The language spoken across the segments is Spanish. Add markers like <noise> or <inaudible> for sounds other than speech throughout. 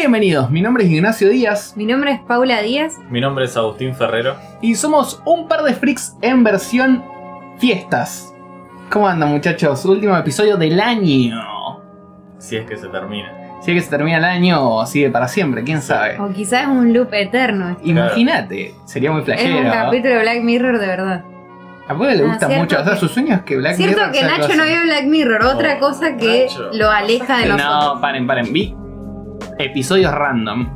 bienvenidos. Mi nombre es Ignacio Díaz Mi nombre es Paula Díaz. Mi nombre es Agustín Ferrero. y somos un par de freaks en versión fiestas. ¿Cómo andan, muchachos? Último episodio del año. Si es que se termina. Si es que se termina el año o sigue para siempre, quién sabe. O quizás es un loop eterno. Imagínate, sería muy Es un flashero. capítulo de Black Mirror de verdad. A Paula le Ah, gusta cierto mucho hacer que- sus sueños que Black Cierto Mirror que sea algo Nacho no así. vio Black Mirror, otra Oh, cosa que Nacho. lo aleja de nosotros. No, paren, paren. Vi episodios random.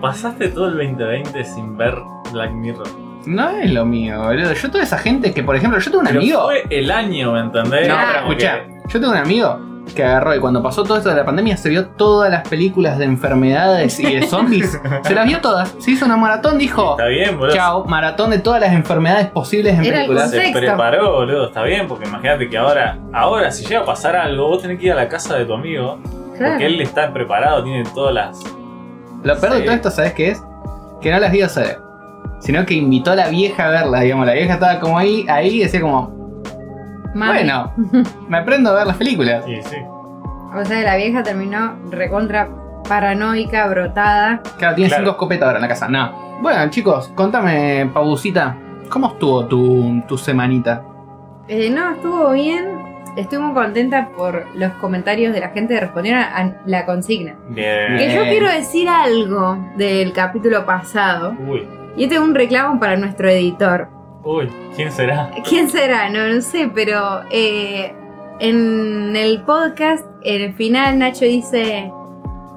Pasaste todo el 2020 sin ver Black Mirror. No es lo mío, boludo. Yo toda esa gente que, por ejemplo, yo tengo un Pero amigo. fue el año, ¿me entendés? No, Claro. pero Como escuchá, que- yo tengo un amigo que agarró y cuando pasó todo esto de la pandemia se vio todas las películas de enfermedades <laughs> y de zombies. se las vio todas. Se hizo una maratón, dijo. Está bien, boludo. Chao, maratón de todas las enfermedades posibles en Era el películas. concepto. Se Sexto. preparó, boludo, está bien, porque imagínate que ahora, ahora si llega a pasar algo, vos tenés que ir a la casa de tu amigo, Claro. porque él está preparado, tiene todas las... Lo peor de Sí. todo esto, ¿sabes qué es? Que no las vio saber. Sino que invitó a la vieja a verlas, digamos. La vieja estaba como ahí, ahí y decía como, Mami. <laughs> bueno, me aprendo a ver las películas. Sí, sí. O sea, la vieja terminó recontra paranoica, brotada. Claro, tiene Claro. cinco escopetas ahora en la casa. No. Bueno, chicos, contame, Pabucita, ¿cómo estuvo tu, tu semanita? Eh, no, estuvo bien. Estoy muy contenta por los comentarios de la gente que respondieron a la consigna. Bien. Que yo Bien. quiero decir algo del capítulo pasado. Uy, Y este es un reclamo para nuestro editor. uy, ¿quién será? <laughs> ¿Quién será? No, no sé, pero eh, en el podcast, en el final, Nacho dice,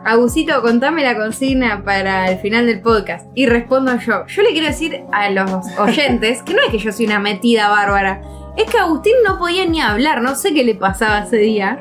Agusito, contame la consigna para el final del podcast. Y respondo yo. Yo le quiero decir a los oyentes que no es que yo soy una metida bárbara, es que Agustín no podía ni hablar, no sé qué le pasaba ese día.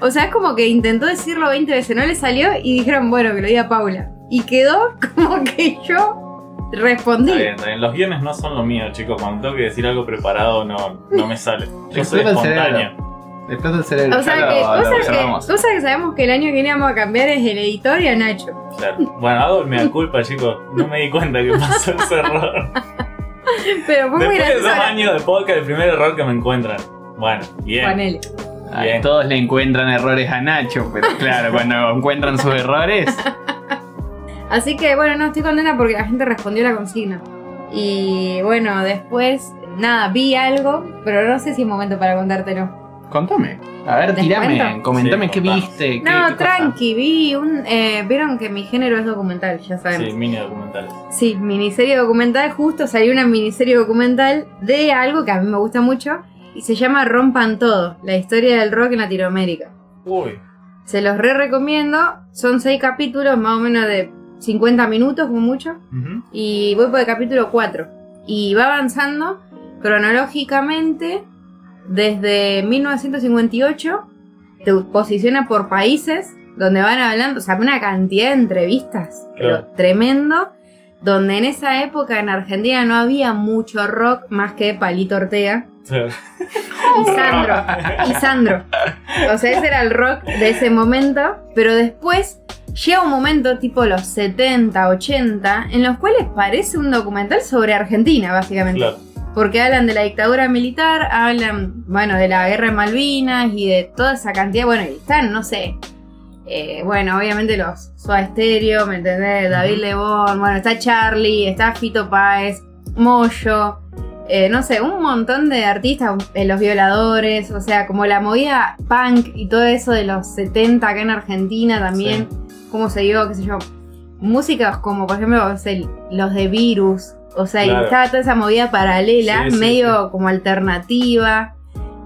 O sea, es como que intentó decirlo 20 veces, no le salió y dijeron, bueno, que lo diga Paula. Y quedó <laughs> como que yo respondí. Está bien, está bien. Los guiones no son lo mío, chicos. Cuando tengo que decir algo preparado, no, no me sale. Yo soy Explota el espontáneo. Le explota el cerebro. O sea, <laughs> ya lo- que, lo cosa observamos. que, cosa que sabemos que el año que viene vamos a cambiar es el editor y a Nacho. <laughs> Claro. Bueno, hago mea culpa, chicos. No me di cuenta que pasó <laughs> ese error. Pero fue muy Después de gracioso. dos años de podcast, el primer error que me encuentran. Bueno, <laughs> bien. Ponele. Ay, Bien. todos le encuentran errores a Nacho, <laughs> pero claro, cuando encuentran sus errores. Así que bueno, no estoy contenta porque la gente respondió la consigna. Y bueno, después, nada, vi algo, pero no sé si es momento para contártelo. Contame. A ver, ¿Les tirame, cuento? comentame Sí, qué contá. viste. qué- qué No, cosa. tranqui, vi un. eh, Vieron que mi género es documental, ya Sí, sabemos. mini documentales. Sí. miniserie documental, justo salió una miniserie documental de algo que a mí me gusta mucho y se llama Rompan Todo, la historia del rock en Latinoamérica. Uy, Se los re recomiendo. Son seis capítulos, más o menos de 50 minutos, como mucho. ujú. Y voy por el capítulo 4. Y va avanzando cronológicamente desde 1958. Te posiciona por países donde van hablando, o sea, una cantidad de entrevistas, pero Claro. tremendo. Donde en esa época en Argentina no había mucho rock más que Palito Ortega y Sandro. Y Sandro. O sea, ese era el rock de ese momento. Pero después llega un momento tipo los 70, 80, en los cuales parece un documental sobre Argentina, básicamente. Claro. Porque hablan de la dictadura militar, hablan, bueno, de la guerra en Malvinas y de toda esa cantidad. Bueno, y están, no sé. eh, bueno, obviamente los Soda Stereo, ¿me entendés? David Ujú. Lebón, bueno, está Charlie, está Fito Páez, Moyo, eh, no sé, un montón de artistas, eh, los violadores, o sea, como la movida punk y todo eso de los 70 acá en Argentina también, cómo se dio, qué sé yo. Músicas como, por ejemplo, o sea, los de Virus, o sea, y Claro. estaba toda esa movida paralela, Sí, sí, medio como alternativa,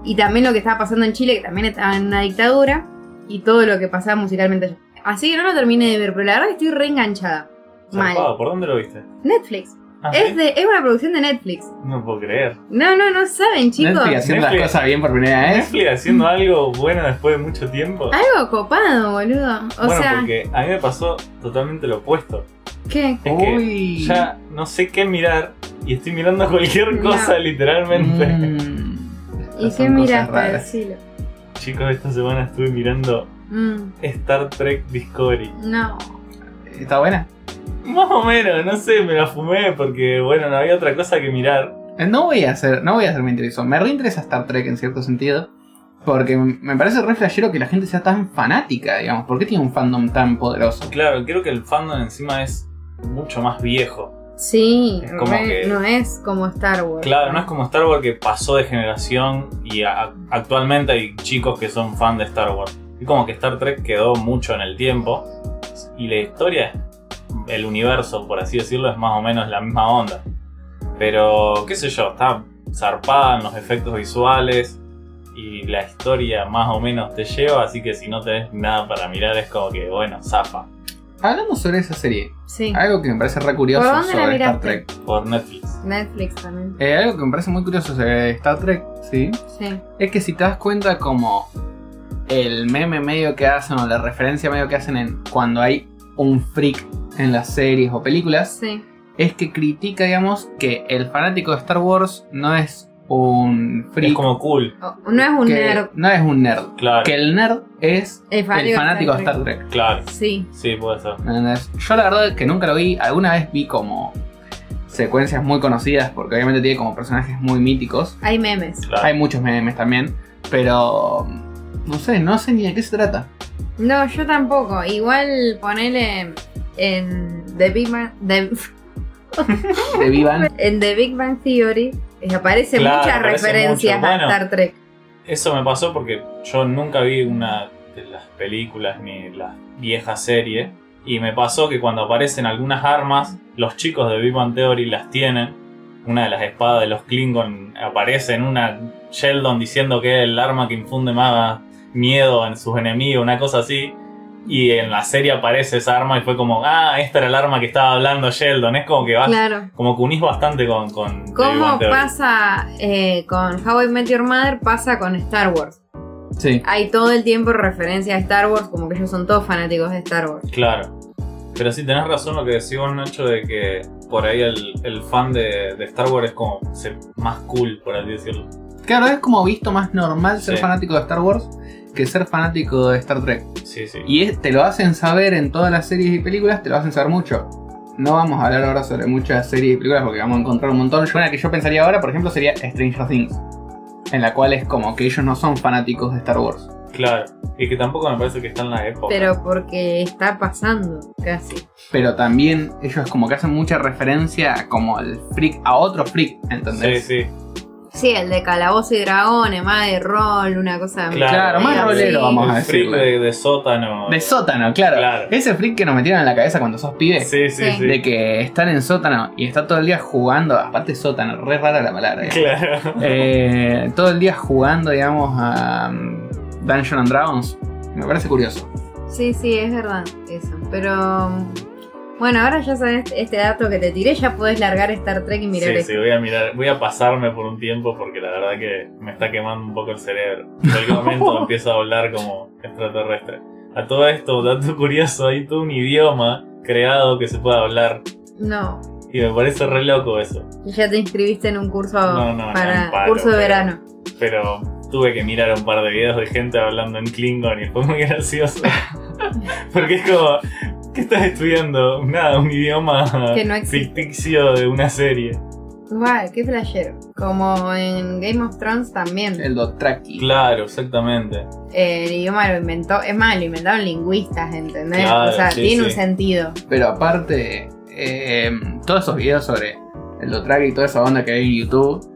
y también lo que estaba pasando en Chile, que también estaba en una dictadura, y todo lo que pasaba musicalmente allá. Así que no lo terminé de ver, pero la verdad que estoy reenganchada. Mal. Zarpado, ¿Por dónde lo viste? Netflix. Ah, Es, ¿sí? de, es una producción de Netflix. No puedo creer. No, no, no saben, chicos. Netflix haciendo las Netflix. cosas bien por primera vez. Netflix haciendo algo bueno después de mucho tiempo. Algo copado, boludo. Ah, O bueno, sea, porque a mí me pasó totalmente lo opuesto. ¿qué? Es que Uy. ya no sé qué mirar y estoy mirando cualquier cosa literalmente. Mm. ¿Y Son qué cosas miras para raras. decirlo? Chicos, esta semana estuve mirando Mm, Star Trek Discovery. no. ¿Está buena? Más o menos, no sé, me la fumé porque, bueno, no había otra cosa que mirar. Eh, No voy a hacer, no voy a hacer mi Me reinteresa Star Trek en cierto sentido. Porque me parece re flashero que la gente sea tan fanática, digamos. ¿Por qué tiene un fandom tan poderoso? Claro, creo que el fandom encima es mucho más viejo. Sí, Es como re- que- no es como Star Wars. Claro, no es como Star Wars que pasó de generación y a- actualmente hay chicos que son fan de Star Wars. Y como que Star Trek quedó mucho en el tiempo y la historia, el universo, por así decirlo, es más o menos la misma onda. Pero, qué sé yo, está zarpada en los efectos visuales y la historia más o menos te lleva, así que si no tenés nada para mirar es como que, bueno, zafa Hablamos sobre esa serie. Sí, Algo que me parece re curioso ¿Por dónde la sobre Star miraste? Trek. por Netflix. Netflix también. Eh, algo que me parece muy curioso sobre Star Trek, ¿sí? Sí. Es que si te das cuenta como el meme medio que hacen o la referencia medio que hacen en cuando hay un freak en las series o películas, Sí. es que critica, digamos, que el fanático de Star Wars no es un freak. Es como cool, O- Oh, no es un que- nerd. No es un nerd. claro, Que el nerd es El el fanático de Star Trek. Trek. claro. Sí. Sí, puede ser. ¿entendés? Yo la verdad es que nunca lo vi, alguna vez vi como secuencias muy conocidas, porque obviamente tiene como personajes muy míticos. Hay memes. Claro. Hay muchos memes también, pero no sé, no sé ni de qué se trata. No, yo tampoco. Igual ponele en The Big Bang, The- De Vivan. en The Big Bang Theory eh, aparecen Claro, muchas aparece referencias mucho. Bueno. a Star Trek. Eso me pasó porque yo nunca vi una de las películas ni las viejas series. Y me pasó que cuando aparecen algunas armas, los chicos de Big Bang Theory las tienen. Una de las espadas de los Klingon aparece en una Sheldon diciendo que es el arma que infunde más miedo en sus enemigos, una cosa así. Y en la serie aparece esa arma y fue como, ah, esta era el arma que estaba hablando Sheldon. Es como que vas, Claro. como que unís bastante con, con The Big ¿Cómo Bang Theory. pasa eh, con How I Met Your Mother? Pasa con Star Wars. Sí. Hay todo el tiempo referencia a Star Wars, como que ellos son todos fanáticos de Star Wars. Claro. Pero sí, tenés razón lo que decís vos, Nacho, de que por ahí el, el fan de, de Star Wars es como se- más cool, por así decirlo. Claro, es como visto más normal ser Sí. fanático de Star Wars que ser fanático de Star Trek. Sí, sí. Y es- te lo hacen saber en todas las series y películas, te lo hacen saber mucho. No vamos a hablar ahora sobre muchas series y películas porque vamos a encontrar un montón. Una que yo pensaría ahora, por ejemplo, sería Stranger Things. En la cual es como que ellos no son fanáticos de Star Wars. Claro. Y que tampoco me parece que está en la época. Pero porque está pasando, casi. Pero también ellos como que hacen mucha referencia a como el freak, a otro freak, sí, ¿entendés? sí. Sí, el de Calabozo y Dragones, más de rol, una cosa. Claro, Claro, más medio rolero, así. vamos a El freak decirle. de, de sótano. De sótano, claro. Claro. Ese freak que nos metieron en la cabeza cuando sos pibe. Sí, sí, Sí. sí. <laughs> De que están en sótano y está todo el día jugando, aparte sótano, re rara la palabra. digamos. Claro. Eh, todo el día jugando, digamos, a um, Dungeon and Dragons. Me parece curioso. Sí, sí, es verdad, eso. Pero. Bueno, ahora ya sabes este dato que te tiré, ya podés largar Star Trek y mirar sí, esto. sí, voy a mirar, voy a pasarme por un tiempo porque la verdad que me está quemando un poco el cerebro. En cualquier <laughs> momento empiezo a hablar como extraterrestre. A todo esto, dato curioso, hay todo un idioma creado que se puede hablar No, y me parece re loco eso. y ya te inscribiste en un curso No, no, para no, palo, curso de pero- verano. Pero tuve que mirar un par de videos de gente hablando en Klingon y fue muy gracioso. <laughs> porque es como, ¿qué estás estudiando? Nada, un idioma Que no existe. ficticio de una serie. Guau, qué flashero. Como en Game of Thrones también. El Dothraki. Claro, exactamente. el idioma lo inventó, es más, lo inventaron lingüistas, ¿entendés? Claro, o sea, sí, tiene sí. un sentido. Pero aparte, eh, todos esos videos sobre el Dothraki y toda esa onda que hay en YouTube.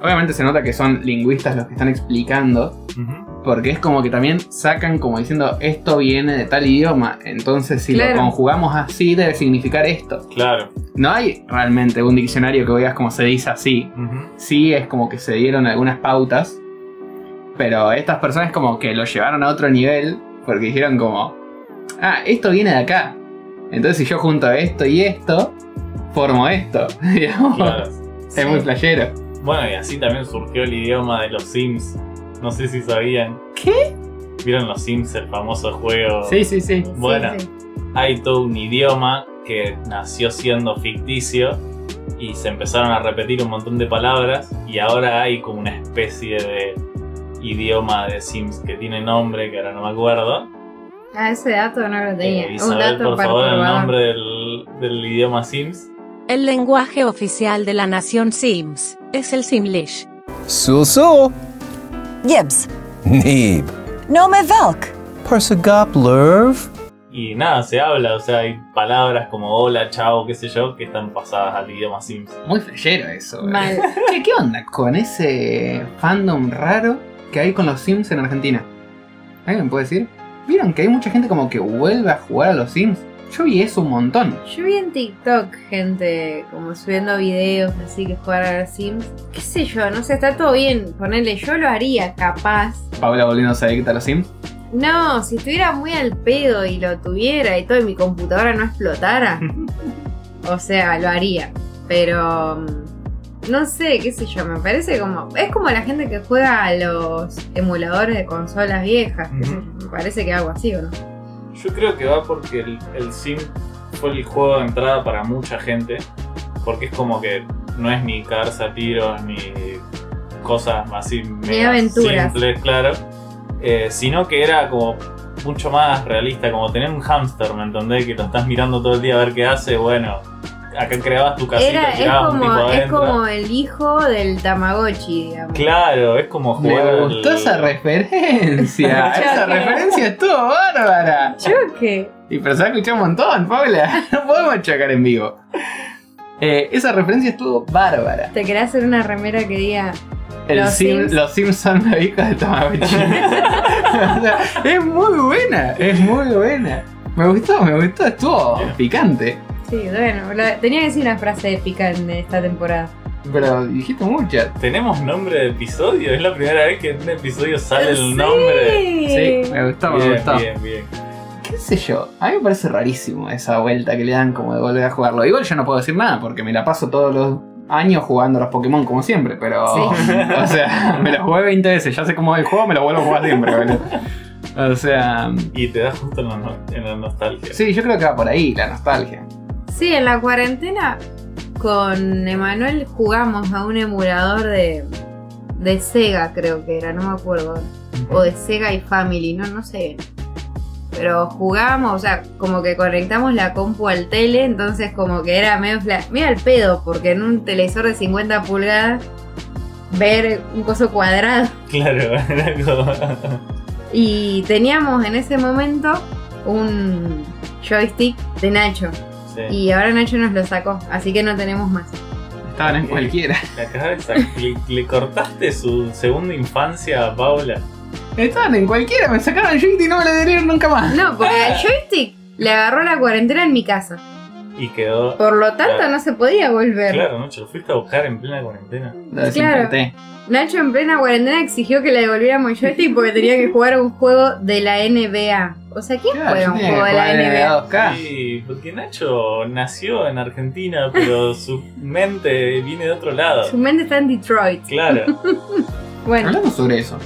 Obviamente se nota que son lingüistas los que están explicando, Ujú. porque es como que también sacan como diciendo esto viene de tal idioma, entonces si Claro. lo conjugamos así debe significar esto. Claro. No hay realmente un diccionario que veas como se dice así, Ujú. sí es como que se dieron algunas pautas, pero estas personas como que lo llevaron a otro nivel porque dijeron como, ah, esto viene de acá. Entonces si yo junto esto y esto, formo esto. <laughs> Oh. digamos. Claro. Es muy playero. Bueno, y así también surgió el idioma de los Sims. No sé si sabían. ¿Qué? ¿Vieron los Sims, el famoso juego? Sí, sí, sí. Sí, Bueno. sí. Hay todo un idioma que nació siendo ficticio y se empezaron a repetir un montón de palabras y ahora hay como una especie de idioma de Sims que tiene nombre que ahora no me acuerdo. Ah, ese dato no lo tenía. Eh, un Isabel, dato por favor, el perturbador. nombre del, del idioma Sims. El lenguaje oficial de la nación Sims es el Simlish. Susu, Gibbs. Nee. No me velk. Parsagoplerv. Y nada, se habla, o sea, hay palabras como hola, chao, qué sé yo, que están pasadas al idioma Sims. Muy flashero eso. eh. boludo. Mal. Che, ¿qué onda con ese fandom raro que hay con los Sims en Argentina? ¿Alguien me puede decir? ¿Vieron que hay mucha gente como que vuelve a jugar a los Sims? Yo vi eso un montón. Yo vi en TikTok gente como subiendo videos así que jugar a los Sims. Qué sé yo, no sé, está todo bien. Ponerle, yo lo haría capaz. Paula volviéndose adicta a los Sims. No, si estuviera muy al pedo y lo tuviera y todo y mi computadora no explotara, o sea, lo haría. Pero mm, no sé, qué sé yo, me parece como. Es como la gente que juega a los emuladores de consolas viejas. qué sé yo, Me parece que hago así, ¿o no? Yo creo que va porque el, el Sim fue el juego de entrada para mucha gente, porque es como que no es ni cagarse a tiros, ni cosas así mega aventuras. simples, claro, eh, sino que era como mucho más realista, como tener un hámster, ¿me entendés? Que lo estás mirando todo el día a ver qué hace, bueno, acá creabas tu casita, Era, es tirabas un tipo como, es adentro. como el hijo del Tamagotchi, digamos. <laughs> Claro, es como jugar Me al- gustó esa <laughs> referencia. esa referencia estuvo bárbara. ¿Yo qué? Y pero se ha escuchado un montón, Paula. <laughs> No podemos chocar en vivo. Eh, esa referencia estuvo bárbara. ¿Te querés hacer una remera que diga El Los Sim- Sims. Los Sims son los hijos de <laughs> Tamagotchi. <laughs> O sea, es muy buena, es muy buena. Me gustó, me gustó, estuvo picante. Sí, bueno, lo- tenía que decir una frase épica en esta temporada. Pero dijiste muchas. Tenemos nombre de episodio, es la primera vez que en un episodio sale Eh, Sí. el nombre. Sí, me gustó, me Bien, gustó. bien, bien. ¿Qué sé yo? A mí me parece rarísimo esa vuelta que le dan como de volver a jugarlo. Igual yo no puedo decir nada porque me la paso todos los años jugando a los Pokémon como siempre, pero. O Sí. <laughs> sea, me los jugué 20 veces, ya sé cómo es el juego, me lo vuelvo a jugar siempre, boludo. O sea. Y te da justo en la, no- en la nostalgia. <laughs> Sí, yo creo que va por ahí la nostalgia. Sí, en la cuarentena con Emanuel jugamos a un emulador de, de Sega, creo que era, no me acuerdo. O de Sega y Family, no, no sé. Pero jugamos, o sea, como que conectamos la compu al tele, entonces como que era medio fla- medio al pedo, porque en un televisor de 50 pulgadas ver un coso cuadrado Claro, era como- Y teníamos en ese momento un joystick de Nacho. <laughs> Sí. Y ahora Nacho nos lo sacó, así que no tenemos más. Estaban en Ok. cualquiera. Le acabas de sac- le, le cortaste su segunda infancia a Paula. Estaban en cualquiera, me sacaron el joystick y no me lo dieron nunca más. No, porque el joystick le agarró la cuarentena en mi casa. Y quedó. Por lo tanto, Claro. no se podía volver. Claro, Nacho, lo fuiste a buscar en plena cuarentena. Lo desinfecté. Nacho en plena cuarentena exigió que le devolviéramos el joystick porque tenía que jugar un juego de la NBA. O sea, ¿quién Claro, juega yo un tenía que juego de la jugar en NBA? NBA 2K. Sí, porque Nacho nació en Argentina, pero su mente viene de otro lado. Su mente está en Detroit. Claro. Bueno, Hablamos sobre eso.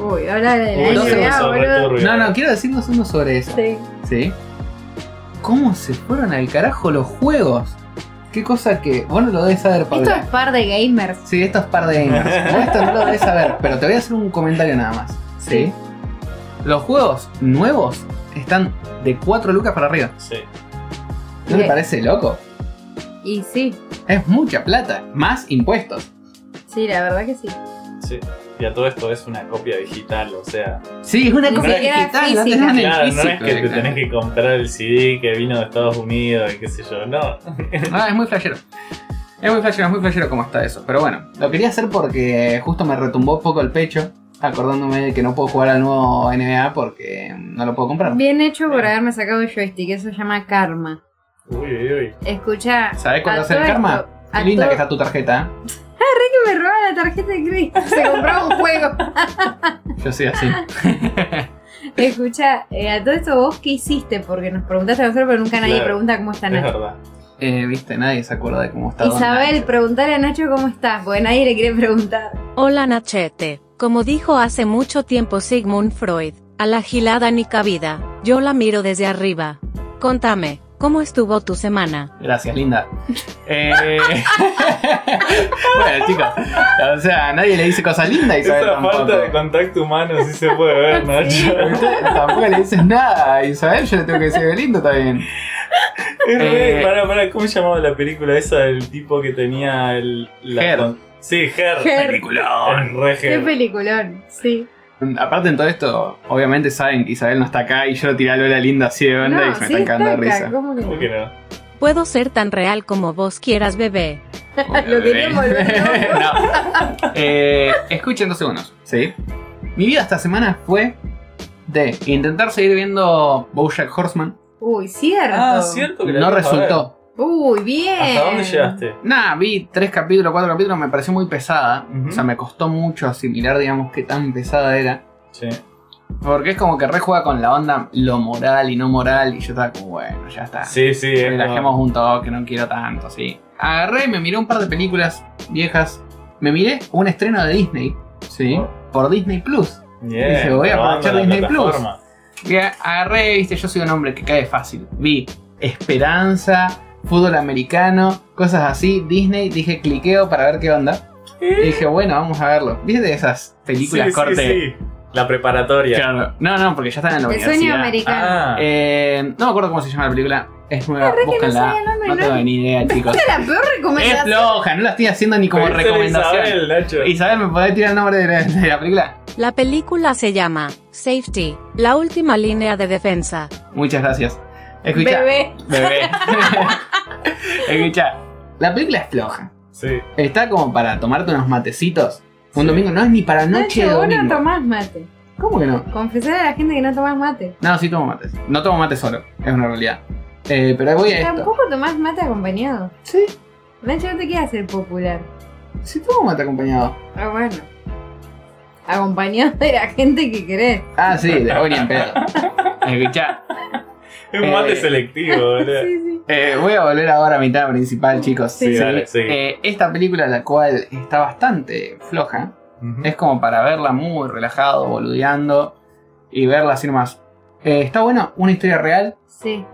uy, ahora <laughs> de la ¿Ah? Uy, no se NBA, puso re boludo. turbio. No, no, quiero decirnos uno sobre eso. Sí. ¿Sí? ¿Cómo se fueron al carajo los juegos? Qué cosa que. Vos no lo debes saber, Esto es Paula. par de gamers. Sí, esto es par de <laughs> gamers. Vos esto no lo debes saber, pero te voy a hacer un comentario nada más. ¿Sí? Los juegos nuevos están de 4 lucas para arriba. Sí. ¿No te Sí. parece loco? Y sí, Es mucha plata. Más impuestos. sí, la verdad que sí. Sí. Y a todo esto es una copia digital, o sea. Sí, es una Ni copia siquiera digital. No te física. dan el Claro, no físico es que te directamente. tenés que comprar el CD que vino de Estados Unidos y qué sé yo, no. Ah, es muy flashero. Es muy flashero, es muy flashero como está eso. Pero bueno, lo quería hacer porque justo me retumbó un poco el pecho, acordándome de que no puedo jugar al nuevo NBA porque no lo puedo comprar. Bien hecho por haberme sacado el joystick, eso se llama karma. Uy, uy, uy. Escucha. ¿Sabés cuándo a hace el todo karma? esto, Qué a linda todo- que está tu tarjeta. ¿eh? que me roba la tarjeta de crédito. Se compraba un <laughs> juego. ¿eh? Yo soy <laughs> así. Escucha, eh, a todo esto vos qué hiciste, porque nos preguntaste a nosotros, pero nunca nadie Claro. pregunta cómo está Es Nacho. verdad. Eh, Viste, nadie se acuerda de cómo está. Don Isabel, Nacho. preguntale a Nacho cómo estás, porque nadie le quiere preguntar. Hola Nachete. Como dijo hace mucho tiempo Sigmund Freud, a la gilada ni cabida, yo la miro desde arriba. Contame, ¿cómo estuvo tu semana? Gracias, <laughs> linda. Eh, <laughs> bueno, chicos, o sea, nadie le dice cosas lindas a Isabel Esa tampoco. falta de contacto humano sí se puede <laughs> ver, Nacho. Tampoco le dices nada a Isabel, yo le tengo que decir que lindo también. Es re- Eh. pará, pará, ¿cómo se llamaba la película esa del tipo que tenía el. La Her. con- Sí, Her. Her. Peliculón. Es re Qué Her. peliculón, sí. Aparte en todo esto, obviamente saben que Isabel no está acá y yo tiré a Lola linda así de onda y No, se me sí están está cagando de acá, risa. ¿cómo que no? ¿Por qué no? Puedo ser tan real como vos quieras, bebé. <laughs> Lo queríamos volver loco. <laughs> No. Eh, escuchen dos segundos, ¿sí? Mi vida esta semana fue de intentar seguir viendo Bojack Horseman. Uy, cierto. Ah, cierto que la No ibas a ver. resultó. Uy, bien. ¿Hasta dónde llegaste? Nada, vi tres capítulos, cuatro capítulos, me pareció muy pesada. Ujú. O sea, me costó mucho asimilar, digamos, qué tan pesada era. Sí. Porque es como que rejuega con la onda lo moral y no moral. Y yo estaba como, bueno, ya está. Sí, sí, es Relajemos como- un toque, no quiero tanto, sí. Agarré, me miré un par de películas viejas. Me miré un estreno de Disney, sí, Oh. por Disney Plus. Bien, Dije, voy a probando aprovechar la Disney Plus. plataforma. Y a- agarré, viste, yo soy un hombre que cae fácil. Vi Esperanza, fútbol americano, cosas así. Disney, dije cliqueo para ver qué onda. Y dije, bueno, vamos a verlo. ¿Viste esas películas ¿Eh? Sí, sí, corte? sí. La preparatoria. Claro. No, no, porque ya están en la El sueño universidad. americano. Ah, Eh, no me acuerdo cómo se llama la película. Es nueva, que no búscanla. sabía el nombre, No <laughs> no. tengo ni idea, chicos. Esta es la peor Es recomendación. floja, no la estoy haciendo ni como pero esa era recomendación. Isabel. Isabel, Nacho. ¿me podés tirar el nombre de la, de la película? La película se llama Safety, la última línea de defensa. Muchas gracias. Escucha, Bebé. bebé. <laughs> Escucha, la película es floja. Sí. Está como para tomarte unos matecitos. Un Sí. domingo no es ni para noche de Nacho, vos no domingo. tomás mate. ¿Cómo que no? Confesar a la gente que no tomás mate. No, sí tomo mates. No tomo mate solo, es una realidad. Eh, pero voy a esto. Tampoco tomás mate acompañado. Sí, Nacho, no te quieras ser popular. sí tomo mate acompañado. Ah, bueno. Acompañado de la gente que querés. Ah, sí, de hoy ni en <laughs> pedo. Escucha, Es un mate Eh. <laughs> selectivo, boludo. Sí, sí. Eh, voy a volver ahora a mi tema principal, chicos. Sí, dale, sí. Eh, esta película, la cual está bastante floja, Ujú. es como para verla muy relajado, boludeando y verla sin más. Eh, está bueno, una historia real, Sí.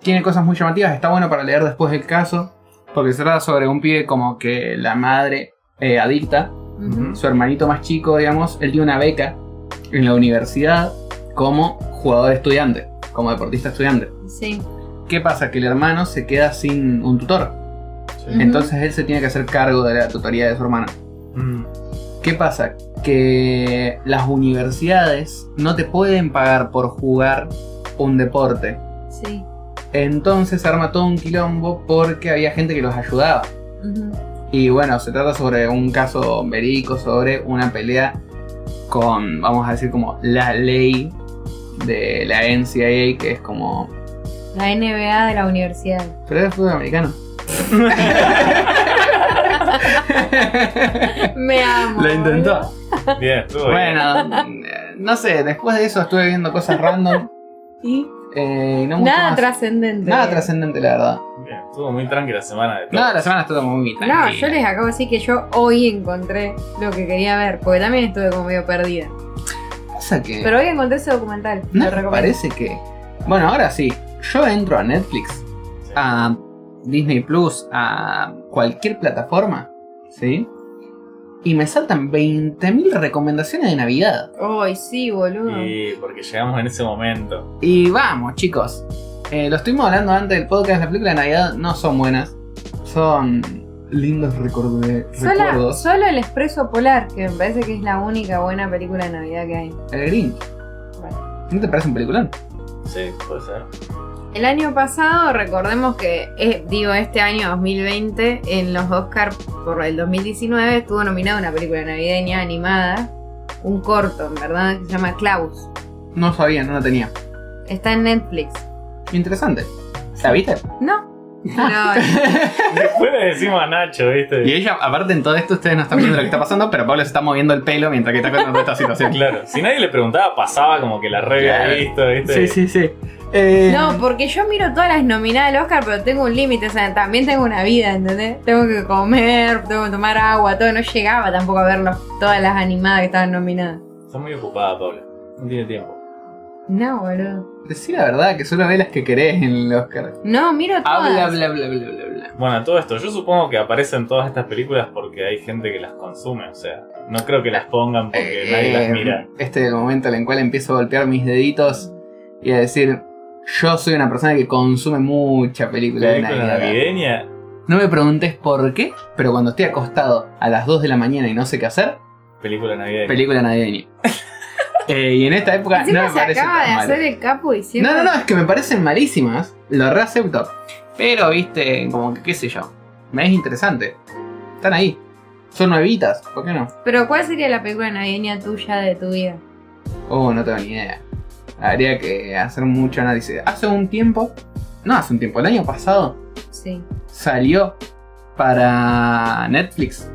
tiene cosas muy llamativas, está bueno para leer después del caso, porque se trata sobre un pibe como que la madre eh, adicta, Ujú. su hermanito más chico, digamos, él tiene una beca en la universidad como jugador estudiante, como deportista estudiante. Sí. ¿Qué pasa? Que el hermano se queda sin un tutor. Sí. Entonces él se tiene que hacer cargo de la tutoría de su hermano. Mm. ¿Qué pasa? Que las universidades no te pueden pagar por jugar un deporte. Sí. Entonces se arma todo un quilombo porque había gente que los ayudaba. Ujú. Y bueno, se trata sobre un caso verídico, sobre una pelea con, vamos a decir, como la ley de la NCAA, que es como... La NBA de <laughs> la universidad. Pero es de fútbol americano. Me amo. Lo intentó. Bien, estuvo bien. Bueno, eh, no sé, después de eso estuve viendo cosas random. <laughs> Y eh, y no mucho nada más. trascendente. Nada trascendente, la verdad. Bien, Estuvo muy tranqui la semana de todo. Nada, la semana estuvo muy tranquila. No, yo les acabo de decir que yo hoy encontré lo que quería ver, porque también estuve como medio perdida. Pasa que Pero hoy encontré ese documental. no lo me recomiendo. parece que... Bueno, ahora sí. Yo entro a Netflix, Sí. a Disney Plus, a cualquier plataforma, ¿sí? Y me saltan 20.000 recomendaciones de Navidad. Ay, sí, boludo. Y porque llegamos en ese momento. Y vamos, chicos. Eh, lo estuvimos hablando antes del podcast. Las películas de Navidad no son buenas. Son lindos recordo- Sola- recuerdos. solo el Expreso Polar, que me parece que es la única buena película de Navidad que hay. El Grinch. ¿No te parece un peliculón? Sí, puede ser. El año pasado, recordemos que, eh, digo, este año 2020, en los Oscar por el 2019, estuvo nominada una película navideña animada, un corto, en verdad, que se llama Klaus. No sabía, no lo tenía. Está en Netflix. Interesante. ¿La viste? No, no, Después le decimos a Nacho, Y ¿viste? ella, aparte en todo esto, ustedes no están viendo lo que está pasando, pero Pablo se está moviendo el pelo mientras que está contando esta <laughs> situación. Claro, si nadie le preguntaba, pasaba como que la regla Claro. visto, ¿viste? Sí, sí, sí. Eh, No, porque yo miro todas las nominadas al Oscar, pero tengo un límite, o sea, también tengo una vida, ¿entendés? Tengo que comer, tengo que tomar agua, todo. No llegaba tampoco a ver los- todas las animadas que estaban nominadas. Está muy ocupada, Paula. No tiene tiempo. No, boludo. Decí la verdad, que solo ve las que querés en el Oscar. No, miro todas. Habla, bla, bla, bla, bla, bla. Bueno, a todo esto, yo supongo que aparecen todas estas películas porque hay gente que las consume, o sea, no creo que las pongan porque nadie las Eh, mira. Este es el momento en el cual empiezo a golpear mis deditos y a decir, yo soy una persona que consume mucha película de ¿Película Navidad. navideña? No me preguntes por qué, pero cuando estoy acostado a las 2 de la mañana y no sé qué hacer, Película navideña. <laughs> película navideña. Eh, y en esta época no Encima me se parece acaba de tan malo. hacer el capo diciendo. No, no, no, es que me parecen malísimas. Lo re acepto. Pero, viste, como que qué sé yo. Me es interesante. Están ahí. Son nuevitas, ¿por qué no? Pero ¿cuál sería la película navideña tuya de tu vida? Oh, no tengo ni idea. Habría que hacer mucho análisis. Hace un tiempo, no hace un tiempo, el año pasado, Sí. salió para Netflix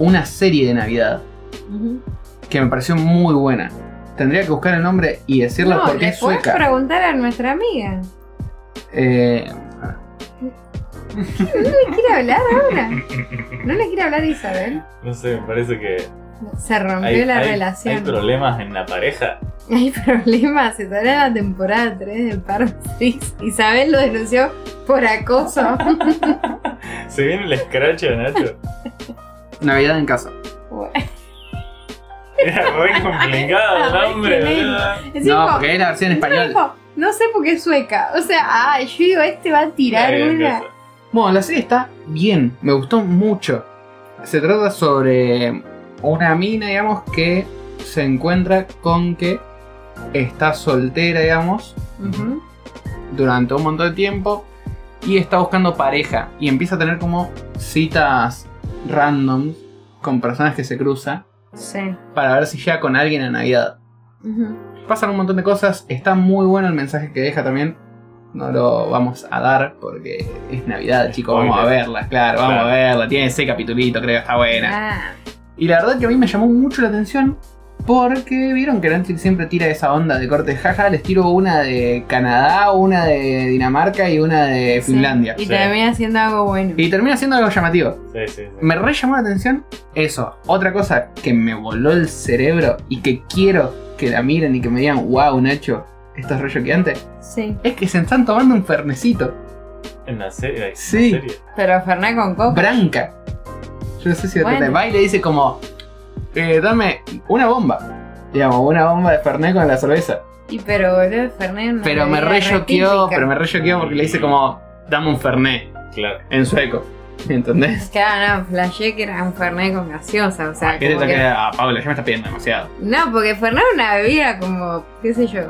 una serie de Navidad que me pareció muy buena. Tendría que buscar el nombre y decirlo no, porque le es puedes sueca. preguntar a nuestra amiga. Eh, ¿No quiere hablar ahora? ¿No le quiere hablar a Isabel? No sé, me parece que Se rompió hay, la hay- relación. hay problemas en la pareja. Hay problemas, se sale en la temporada 3 de Park Street. Isabel lo denunció por <laughs> acoso. Se viene el escracho, Nacho. <laughs> Navidad en casa. Bueno, Era re complicado el Ay, hombre, qué lindo. boludo. es no, tipo, porque es la versión no, española. dijo, no sé por qué es sueca. O sea, ah, yo digo, este va a tirar Ahí una. empieza. Bueno, la serie está bien, me gustó mucho. Se trata sobre una mina, digamos, que se encuentra con que está soltera, digamos, Ujú. durante un montón de tiempo y está buscando pareja y empieza a tener como citas random con personas que se cruza Sí. para ver si llega con alguien a Navidad. Ujú. Pasan un montón de cosas, está muy bueno el mensaje que deja también. No lo vamos a dar porque es Navidad, chicos. Vamos a Spoiler. verla, claro, vamos Claro. a verla. Tiene ese capitulito, creo que está buena. Ah, Y la verdad que a mí me llamó mucho la atención porque vieron que Netflix siempre tira esa onda de corte jaja. Les tiro una de Canadá, una de Dinamarca y una de sí. Finlandia. Y Sí. termina haciendo algo bueno. Y termina siendo algo llamativo. Sí, sí, sí. Me re llamó la atención eso. Otra cosa que me voló el cerebro y que quiero que la miren y que me digan, wow, Nacho, esto es re choqueante", Sí. es que se están tomando un fernecito. En la serie. en la Sí. serie. Pero Fernández con coca. Branca. Yo no sé si Oh. Bueno. de va y le dice como, eh, dame una bomba. Digamos, una bomba de fernet con la cerveza. Y pero boludo, Fernández una Pero me bebida re choqueó, típica. pero me re choqueó porque le dice como, dame un fernet Claro. en sueco. <laughs> ¿Entendés? Claro, ah, no, flashé que era un Fernández con gaseosa, o sea, ¿Qué te como que- toca a Paula? Ya me está pidiendo demasiado. No, porque Fernández es una bebida como, qué sé yo.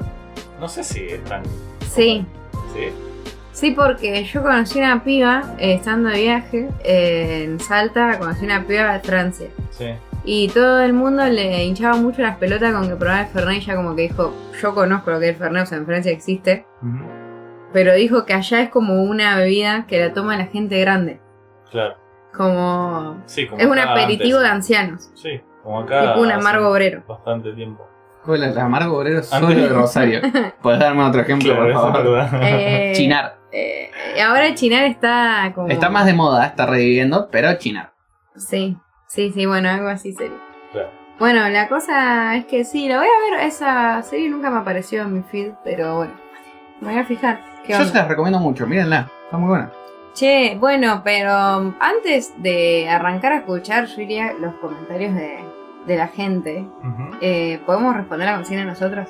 No sé si es tan. Sí, Sí. sí, porque yo conocí una piba eh, estando de viaje eh, en Salta, conocí una piba de Francia. Sí. Y todo el mundo le hinchaba mucho las pelotas con que probaba el Fernet y ella como que dijo, yo conozco lo que es el Fernet, o sea, en Francia existe. Ujú. Pero dijo que allá es como una bebida que la toma la gente grande. Claro. Como... Sí, como Es un acá aperitivo de antes. Ah, ancianos. Sí, como acá. Tipo un hace amargo obrero. <laughs> Bastante tiempo. Hola, la Amargo Obrero solo Antes- de <laughs> Rosario. ¿Puedes darme otro ejemplo, Claro, por eso es favor? verdad. Eh, Chinar. eh, ahora Chinar está como... Está más de moda, está reviviendo, pero Chinar. Sí, sí, sí, bueno, algo así serio. Claro. Bueno, la cosa es que sí, la voy a ver, esa serie nunca me apareció en mi feed, pero bueno, me voy a fijar. ¿Qué Yo onda? se las recomiendo mucho, mírenla, está muy buena. Che, bueno, pero antes de arrancar a escuchar, yo diría los comentarios de, de la gente. <laughs> Ujú. Eh, ¿Podemos responder la consigna nosotros?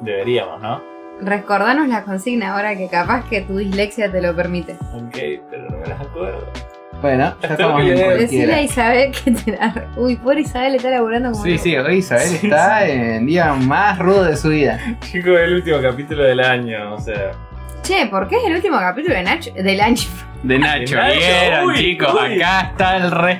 Deberíamos, ¿no? Recordanos la consigna ahora que capaz que tu dislexia te lo permite. Ok, pero no me las acuerdo. Bueno, ya Está estamos bien. en Decirle a cualquiera. Isabel que te la... Uy, pobre Isabel le está laburando como... Sí, loco. sí, hoy Isabel Sí, está sí. en día más rudo de su vida. Chico, el último capítulo del año, o sea. Che, ¿por qué es el último capítulo de Nacho? De Nacho. De Nacho, vieron, uy, chicos, uy. acá está el rey.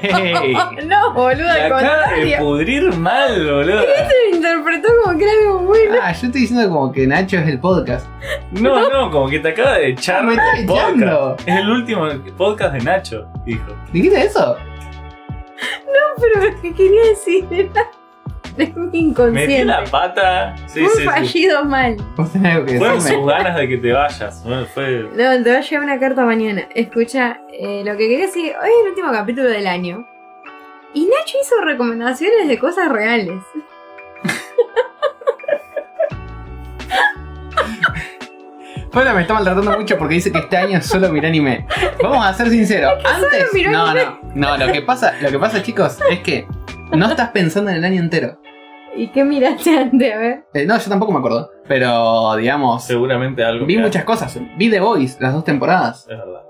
<laughs> no, boludo, La al acaba de contrario. pudrir mal, boludo. Lo interpretó como que era algo bueno. Ah, yo estoy diciendo como que Nacho es el podcast. No, no, como que te acaba de Ah, echar me está del podcast. echando. Es el último podcast de Nacho, dijo. ¿Dijiste eso? Pero lo que quería decir era. Es muy Metí inconsciente. la pata. Sí, un sí, sí. fallido mal. ¿Vos tenés algo que Fueron decirme? sus ganas de que te vayas. Bueno, fue. No, te va a llegar una carta mañana. Escucha, eh, lo que quería decir, hoy es el último capítulo del año. Y Nacho hizo recomendaciones de cosas reales. Paula me está maltratando mucho porque dice que este año solo miré anime. Vamos a ser sinceros. Antes. miró No, anime. no. No, lo que pasa, lo que pasa, chicos, es que no estás pensando en el año entero. ¿Y qué miraste <laughs> antes? A ver. Eh, no, yo tampoco me acuerdo. Pero, digamos, Seguramente algo. vi que- muchas cosas. Vi The Voice, las dos temporadas. Es verdad.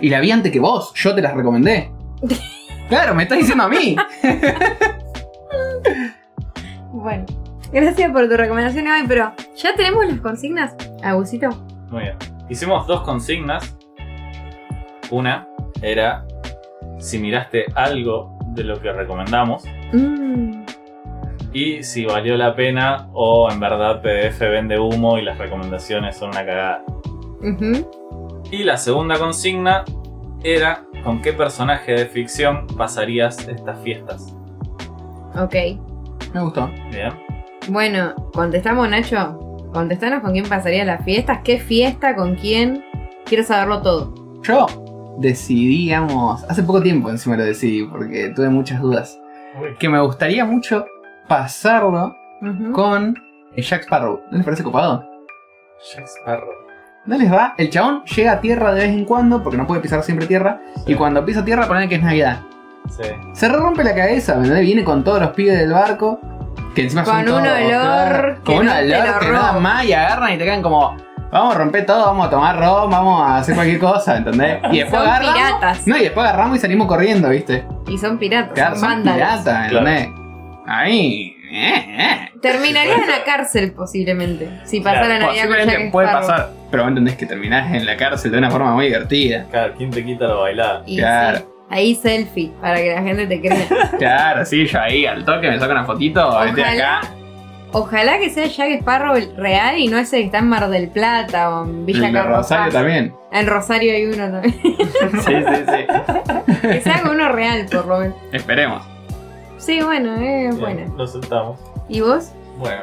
Y la vi antes que vos. Yo te las recomendé. Claro, me estás diciendo a mí. Bueno. Gracias por tu recomendación hoy, pero ¿ya tenemos las consignas, Agusito? Muy bien. Hicimos dos consignas. Una era si miraste algo de lo que recomendamos Mm, y si valió la pena o en verdad PDF vende humo y las recomendaciones son una cagada. ujú. Y la segunda consigna era con qué personaje de ficción pasarías estas fiestas. Ok. Me gustó. Bien. Bueno, contestamos, Nacho. Contestanos con quién pasaría las fiestas, qué fiesta, con quién. Quiero saberlo todo. Yo decidí, digamos, hace poco tiempo encima lo decidí porque tuve muchas dudas, que me gustaría mucho pasarlo Ujú. con eh, Jack Sparrow. ¿No les parece copado? Jack Sparrow. No les va, el chabón llega a tierra de vez en cuando, porque no puede pisar siempre tierra, y cuando pisa tierra ponen que es Navidad. Sí. Se re rompe la cabeza, ¿me entendés? Viene con todos los pibes del barco, que encima son Con todos, un olor claro, que con un no te lo olor que nada robo. más, y agarran y te quedan como, vamos a romper todo, vamos a tomar ron, vamos a hacer cualquier cosa, ¿entendés? Y después Son agarramos, piratas. no, y después agarramos y salimos corriendo, ¿viste? Y son piratas, Claro, son son vándalos. piratas, ¿entendés? Ahí, eh, eh. Terminarías en la cárcel posiblemente. Si pasara Navidad con Posiblemente Jack puede Sparrow. pasar, pero vos entendés que terminás en la cárcel de una forma muy <laughs> divertida. Claro, ¿quién te quita la bailada? Y Claro. sí, ahí selfie, para que la gente te crea. <laughs> Claro, sí, yo ahí al toque me saco una fotito, vete de Ojalá. acá. Ojalá que sea Jack Sparrow el real y no ese que está en Mar del Plata o en Villa El de Carlos Rosario Paz. <laughs> también. En Rosario hay <laughs> uno también. Sí, sí, sí. que sea con uno real, por lo menos. Esperemos. Sí, bueno, es Bien, buena. Lo soltamos. ¿Y vos? Bueno,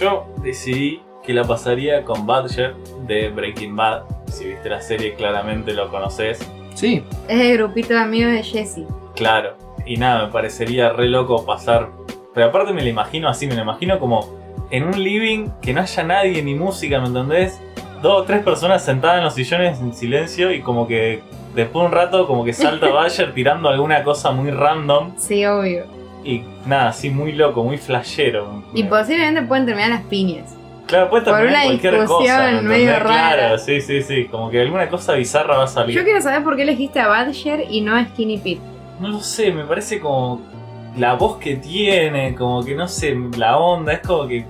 yo decidí que la pasaría con Badger de Breaking Bad. Si viste la serie, claramente lo conoces. Sí. Es el grupito de amigos de Jesse. Claro. Y nada, me parecería re loco pasar. Pero aparte me lo imagino así, me lo imagino como en un living que no haya nadie ni música, ¿me entendés? Dos o tres personas sentadas en los sillones en silencio y como que después de un rato como que salta Badger tirando alguna cosa muy random Sí, obvio. y nada, así muy loco, muy flashero. Y Me- posiblemente pueden terminar las piñas. Claro, puede Por terminar una en cualquier discusión cosa. ¿me entendés? medio rara. Claro, sí, sí, sí. Como que alguna cosa bizarra va a salir. Yo quiero saber por qué elegiste a Badger y no a Skinny Pete. No lo sé, me parece como la voz que tiene, como que no sé, la onda, es como que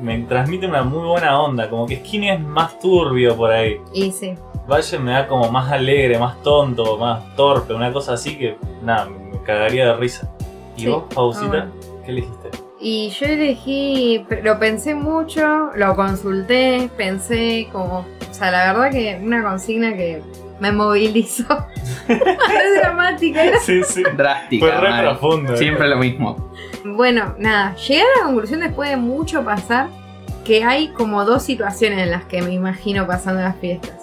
me transmite una muy buena onda. Como que Skinny es más turbio por ahí. Y sí. Valle me da como más alegre, más tonto, más torpe, una cosa así que nada, me cagaría de risa. ¿Y Sí. vos, Pausita? Ah, bueno. ¿Qué elegiste? <laughs> Y yo elegí, lo pensé mucho, lo consulté, pensé como, o sea, la verdad que una consigna que me movilizó. <laughs> es dramática. ¿eh? era- Sí, sí. Drástica. Fue re madre. profundo. eh. Siempre lo mismo. Bueno, nada, llegué a la conclusión después de mucho pasar que hay como dos situaciones en las que me imagino pasando las fiestas.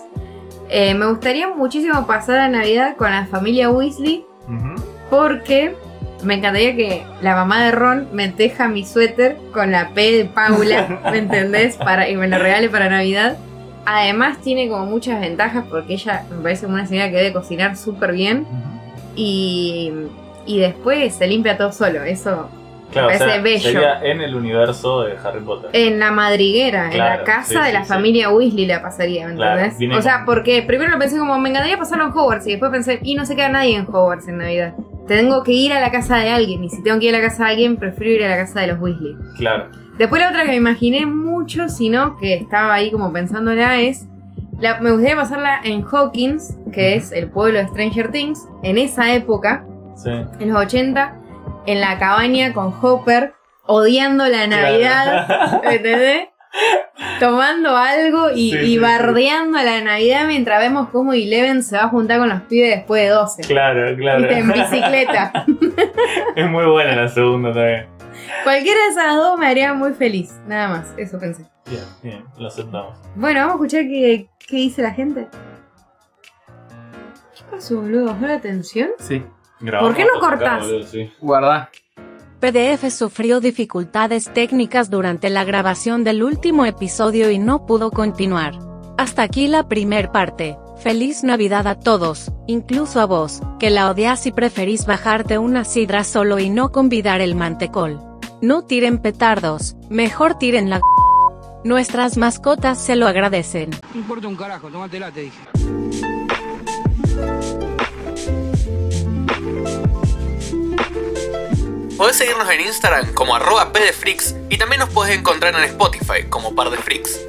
Eh, me gustaría muchísimo pasar la Navidad con la familia Weasley Ujú. porque me encantaría que la mamá de Ron me teja mi suéter con la P de Paula, ¿me entendés? Para, y me lo regale para Navidad. Además tiene como muchas ventajas porque ella me parece como una señora que debe cocinar súper bien Ujú. y, y después se limpia todo solo. Eso Claro, Me o sea, parece bello. Eh. sería en el universo de Harry Potter. en la madriguera, en la Claro, casa sí, de sí, la sí. familia Weasley la pasaría, ¿me Claro, entendés? viene o sea, con- porque primero lo pensé como me encantaría pasarlo en Hogwarts y después pensé, y no se queda nadie en Hogwarts en Navidad. Tengo que ir a la casa de alguien y si tengo que ir a la casa de alguien, prefiero ir a la casa de los Weasley. Claro. Después la otra que me imaginé mucho, sino que estaba ahí como pensándola es, la- me gustaría pasarla en Hawkins, que es el pueblo de Stranger Things, en esa época, Sí. en los 80, en la cabaña con Hopper, odiando la Navidad. <laughs> ¿Entendés? Tomando algo y, Sí, y sí, sí. bardeando a la Navidad mientras vemos cómo Eleven se va a juntar con los pibes después de 12. claro, claro. ¿Viste? En bicicleta. <laughs> es muy buena la segunda también. Cualquiera de esas dos me haría muy feliz. Nada más, eso pensé. Bien, bien, lo aceptamos. Bueno, vamos a escuchar qué, qué dice la gente. ¿Qué pasó, boludo? ¿Bajó la tensión? Sí. ¿Por qué no cortás? Guarda. PDF sufrió dificultades técnicas durante la grabación del último episodio y no pudo continuar. Hasta aquí la primer parte. Feliz Navidad a todos, incluso a vos, que la odias y preferís bajarte una sidra solo y no convidar el mantecol. No tiren petardos, mejor tiren la... Nuestras mascotas se lo agradecen. No importa un carajo, tómatela, te dije. Podés seguirnos en Instagram como arroba pdfreaks y también nos podés encontrar en Spotify como par de freaks.